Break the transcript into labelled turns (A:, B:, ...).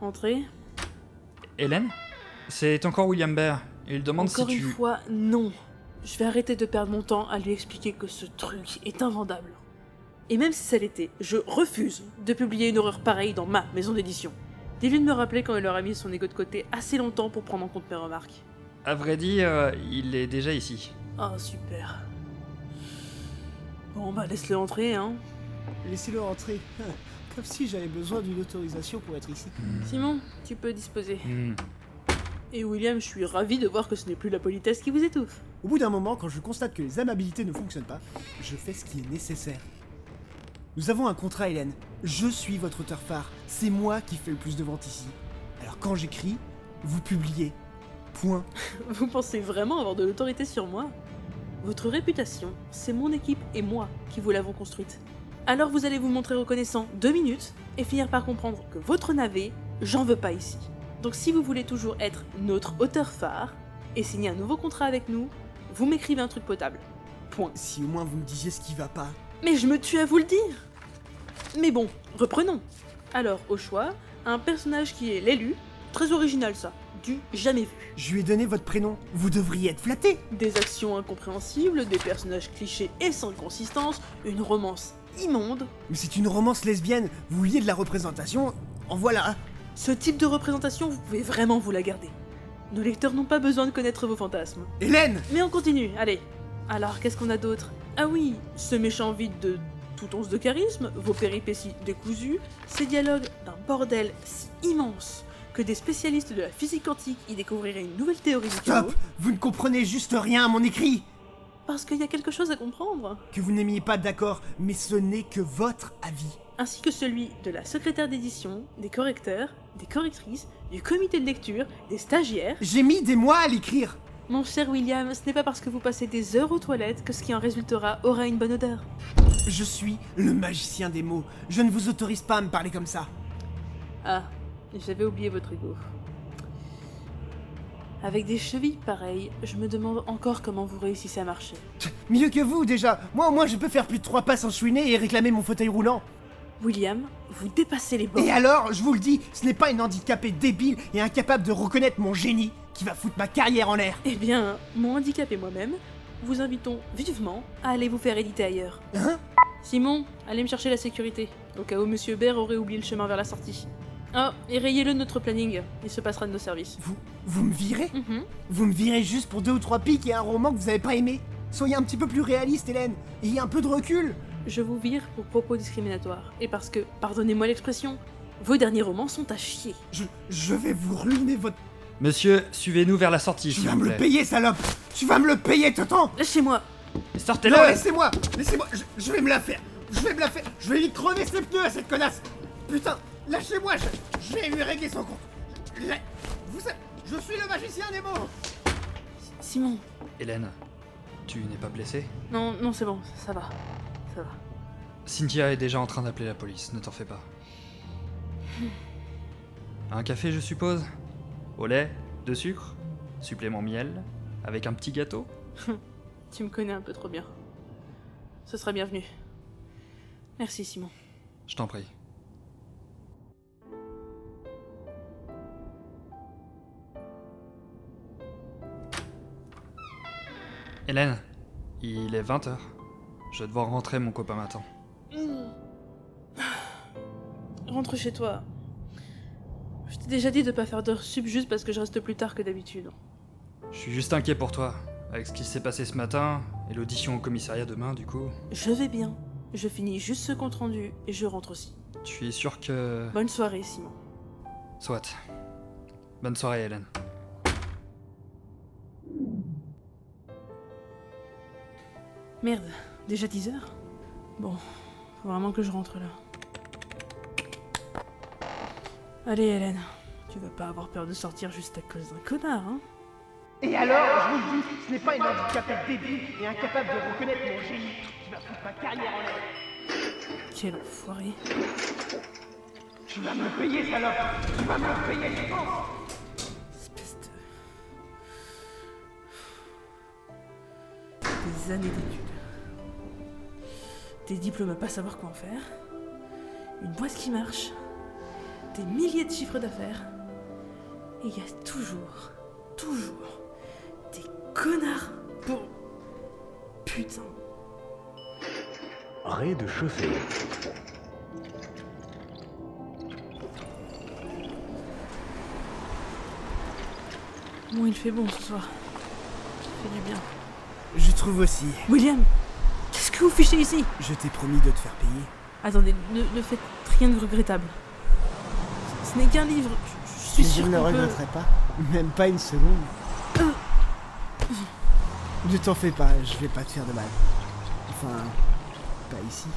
A: Entrez.
B: Hélène C'est encore William Bear. Il demande
A: Encore
B: si
A: une
B: tu.
A: fois, non. Je vais arrêter de perdre mon temps à lui expliquer que ce truc est invendable. Et même si ça l'était, je refuse de publier une horreur pareille dans ma maison d'édition. Dis-lui de me rappeler quand il aura mis son égo de côté assez longtemps pour prendre en compte mes remarques.
B: À vrai dire, euh, il est déjà ici.
A: Ah, super. Bon, bah laisse-le entrer, hein.
C: Laissez-le entrer. Comme si j'avais besoin d'une autorisation pour être ici.
A: Simon, tu peux disposer.
B: Hmm.
A: Et William, je suis ravi de voir que ce n'est plus la politesse qui vous étouffe.
C: Au bout d'un moment, quand je constate que les amabilités ne fonctionnent pas, je fais ce qui est nécessaire. Nous avons un contrat, Hélène. Je suis votre auteur phare. C'est moi qui fais le plus de ventes ici. Alors quand j'écris, vous publiez. Point.
A: Vous pensez vraiment avoir de l'autorité sur moi Votre réputation, c'est mon équipe et moi qui vous l'avons construite. Alors vous allez vous montrer reconnaissant deux minutes et finir par comprendre que votre navet, j'en veux pas ici. Donc si vous voulez toujours être notre auteur phare et signer un nouveau contrat avec nous, vous m'écrivez un truc potable. Point.
C: Si au moins vous me disiez ce qui va pas.
A: Mais je me tue à vous le dire Mais bon, reprenons. Alors, au choix, un personnage qui est l'élu, très original ça, du jamais vu.
C: Je lui ai donné votre prénom. Vous devriez être flatté.
A: Des actions incompréhensibles, des personnages clichés et sans consistance, une romance immonde.
C: Mais c'est une romance lesbienne. Vous vouliez de la représentation. En voilà.
A: Ce type de représentation, vous pouvez vraiment vous la garder. Nos lecteurs n'ont pas besoin de connaître vos fantasmes.
C: Hélène
A: Mais on continue, allez. Alors, qu'est-ce qu'on a d'autre Ah oui, ce méchant vide de toute once de charisme, vos péripéties décousues, ces dialogues d'un bordel si immense que des spécialistes de la physique quantique y découvriraient une nouvelle théorie du chaos.
C: Stop Vous ne comprenez juste rien à mon écrit
A: Parce qu'il y a quelque chose à comprendre.
C: Que vous n'aimiez pas d'accord, mais ce n'est que votre avis.
A: ainsi que celui de la secrétaire d'édition, des correcteurs, des correctrices, du comité de lecture, des stagiaires.
C: J'ai mis des mois à l'écrire
A: Mon cher William, ce n'est pas parce que vous passez des heures aux toilettes que ce qui en résultera aura une bonne odeur.
C: Je suis le magicien des mots. Je ne vous autorise pas à me parler comme ça.
A: Ah, j'avais oublié votre ego. Avec des chevilles pareilles, je me demande encore comment vous réussissez à marcher.
C: Mieux que vous déjà. Moi au moins je peux faire plus de trois pas sans chouiner et réclamer mon fauteuil roulant.
A: William, vous dépassez les bords.
C: Et alors, je vous le dis, ce n'est pas une handicapée débile et incapable de reconnaître mon génie qui va foutre ma carrière en l'air.
A: Eh bien, mon handicap et moi-même vous invitons vivement à aller vous faire éditer ailleurs.
C: Hein
A: Simon, allez me chercher la sécurité, au cas où Monsieur Baird aurait oublié le chemin vers la sortie. Ah, et rayez-le de notre planning, il se passera de nos services.
C: Vous, vous me virez
A: Mhm.
C: Vous me virez juste pour deux ou trois pics et un roman que vous avez pas aimé. Soyez un petit peu plus réaliste, Hélène. Ayez un peu de recul.
A: Je vous vire pour propos discriminatoires, et parce que, pardonnez-moi l'expression, vos derniers romans sont à chier.
C: Je, je vais vous ruiner votre.
B: Monsieur, suivez-nous vers la sortie,
C: Tu
B: s'il
C: vas
B: vous
C: me le
B: plaît.
C: payer, salope Tu vas me le payer, Totan
A: Lâchez-moi
B: Sortez-le
C: Non, laissez-moi Laissez-moi je, je vais me la faire Je vais me la faire Je vais lui crever ses pneus à cette connasse Putain Lâchez-moi je, je vais lui régler son compte La- Vous savez, je suis le magicien des mots
A: Simon
B: Hélène, tu n'es pas blessée
A: Non, non, c'est bon, ça va. Ça va.
B: Cynthia est déjà en train d'appeler la police, ne t'en fais pas.
A: Hmm.
B: Un café, je suppose Au lait, de sucre, supplément miel, avec un petit gâteau
A: Tu me connais un peu trop bien. Ce sera bienvenu. Merci, Simon.
B: Je t'en prie. Hélène, il est 20h. Je vais devoir rentrer, mon copain m'attend.
A: Hmm. Rentre chez toi. Je t'ai déjà dit de pas faire d'heures sub juste parce que je reste plus tard que d'habitude.
B: Je suis juste inquiet pour toi. Avec ce qui s'est passé ce matin, et l'audition au commissariat demain, du coup.
A: Je vais bien. Je finis juste ce compte rendu et je rentre aussi.
B: Tu es sûr que.
A: Bonne soirée, Simon.
B: Soit. Bonne soirée, Hélène.
A: Merde, déjà 10 heures Bon, faut vraiment que je rentre là. Allez, Hélène, tu vas pas avoir peur de sortir juste à cause d'un connard, hein
C: Et alors, je vous le dis, ce n'est pas une handicapée débile et incapable de reconnaître mon génie qui va foutre ma carrière en l'air
A: Quel enfoiré.
C: Tu vas me le payer, salope Tu vas me le payer, je pense
A: Espèce de. Des années d'études. Des diplômes à pas savoir quoi en faire. Une boîte qui marche. des milliers de chiffres d'affaires. Et il y a toujours, toujours des connards pour. Putain.
D: Rez-de-chaussée.
A: Bon, il fait bon ce soir. Ça fait du bien.
C: Je trouve aussi.
A: William Qu'est-ce que vous fichez ici
C: Je t'ai promis de te faire payer.
A: Attendez, ne, ne faites rien de regrettable. Ce n'est qu'un livre. Je, je suis
C: Mais je
A: sûre
C: ne le
A: qu'on peut...
C: regretterai pas. Même pas une seconde. Ne t'en fais pas, je vais pas te faire de mal. Enfin, pas ici.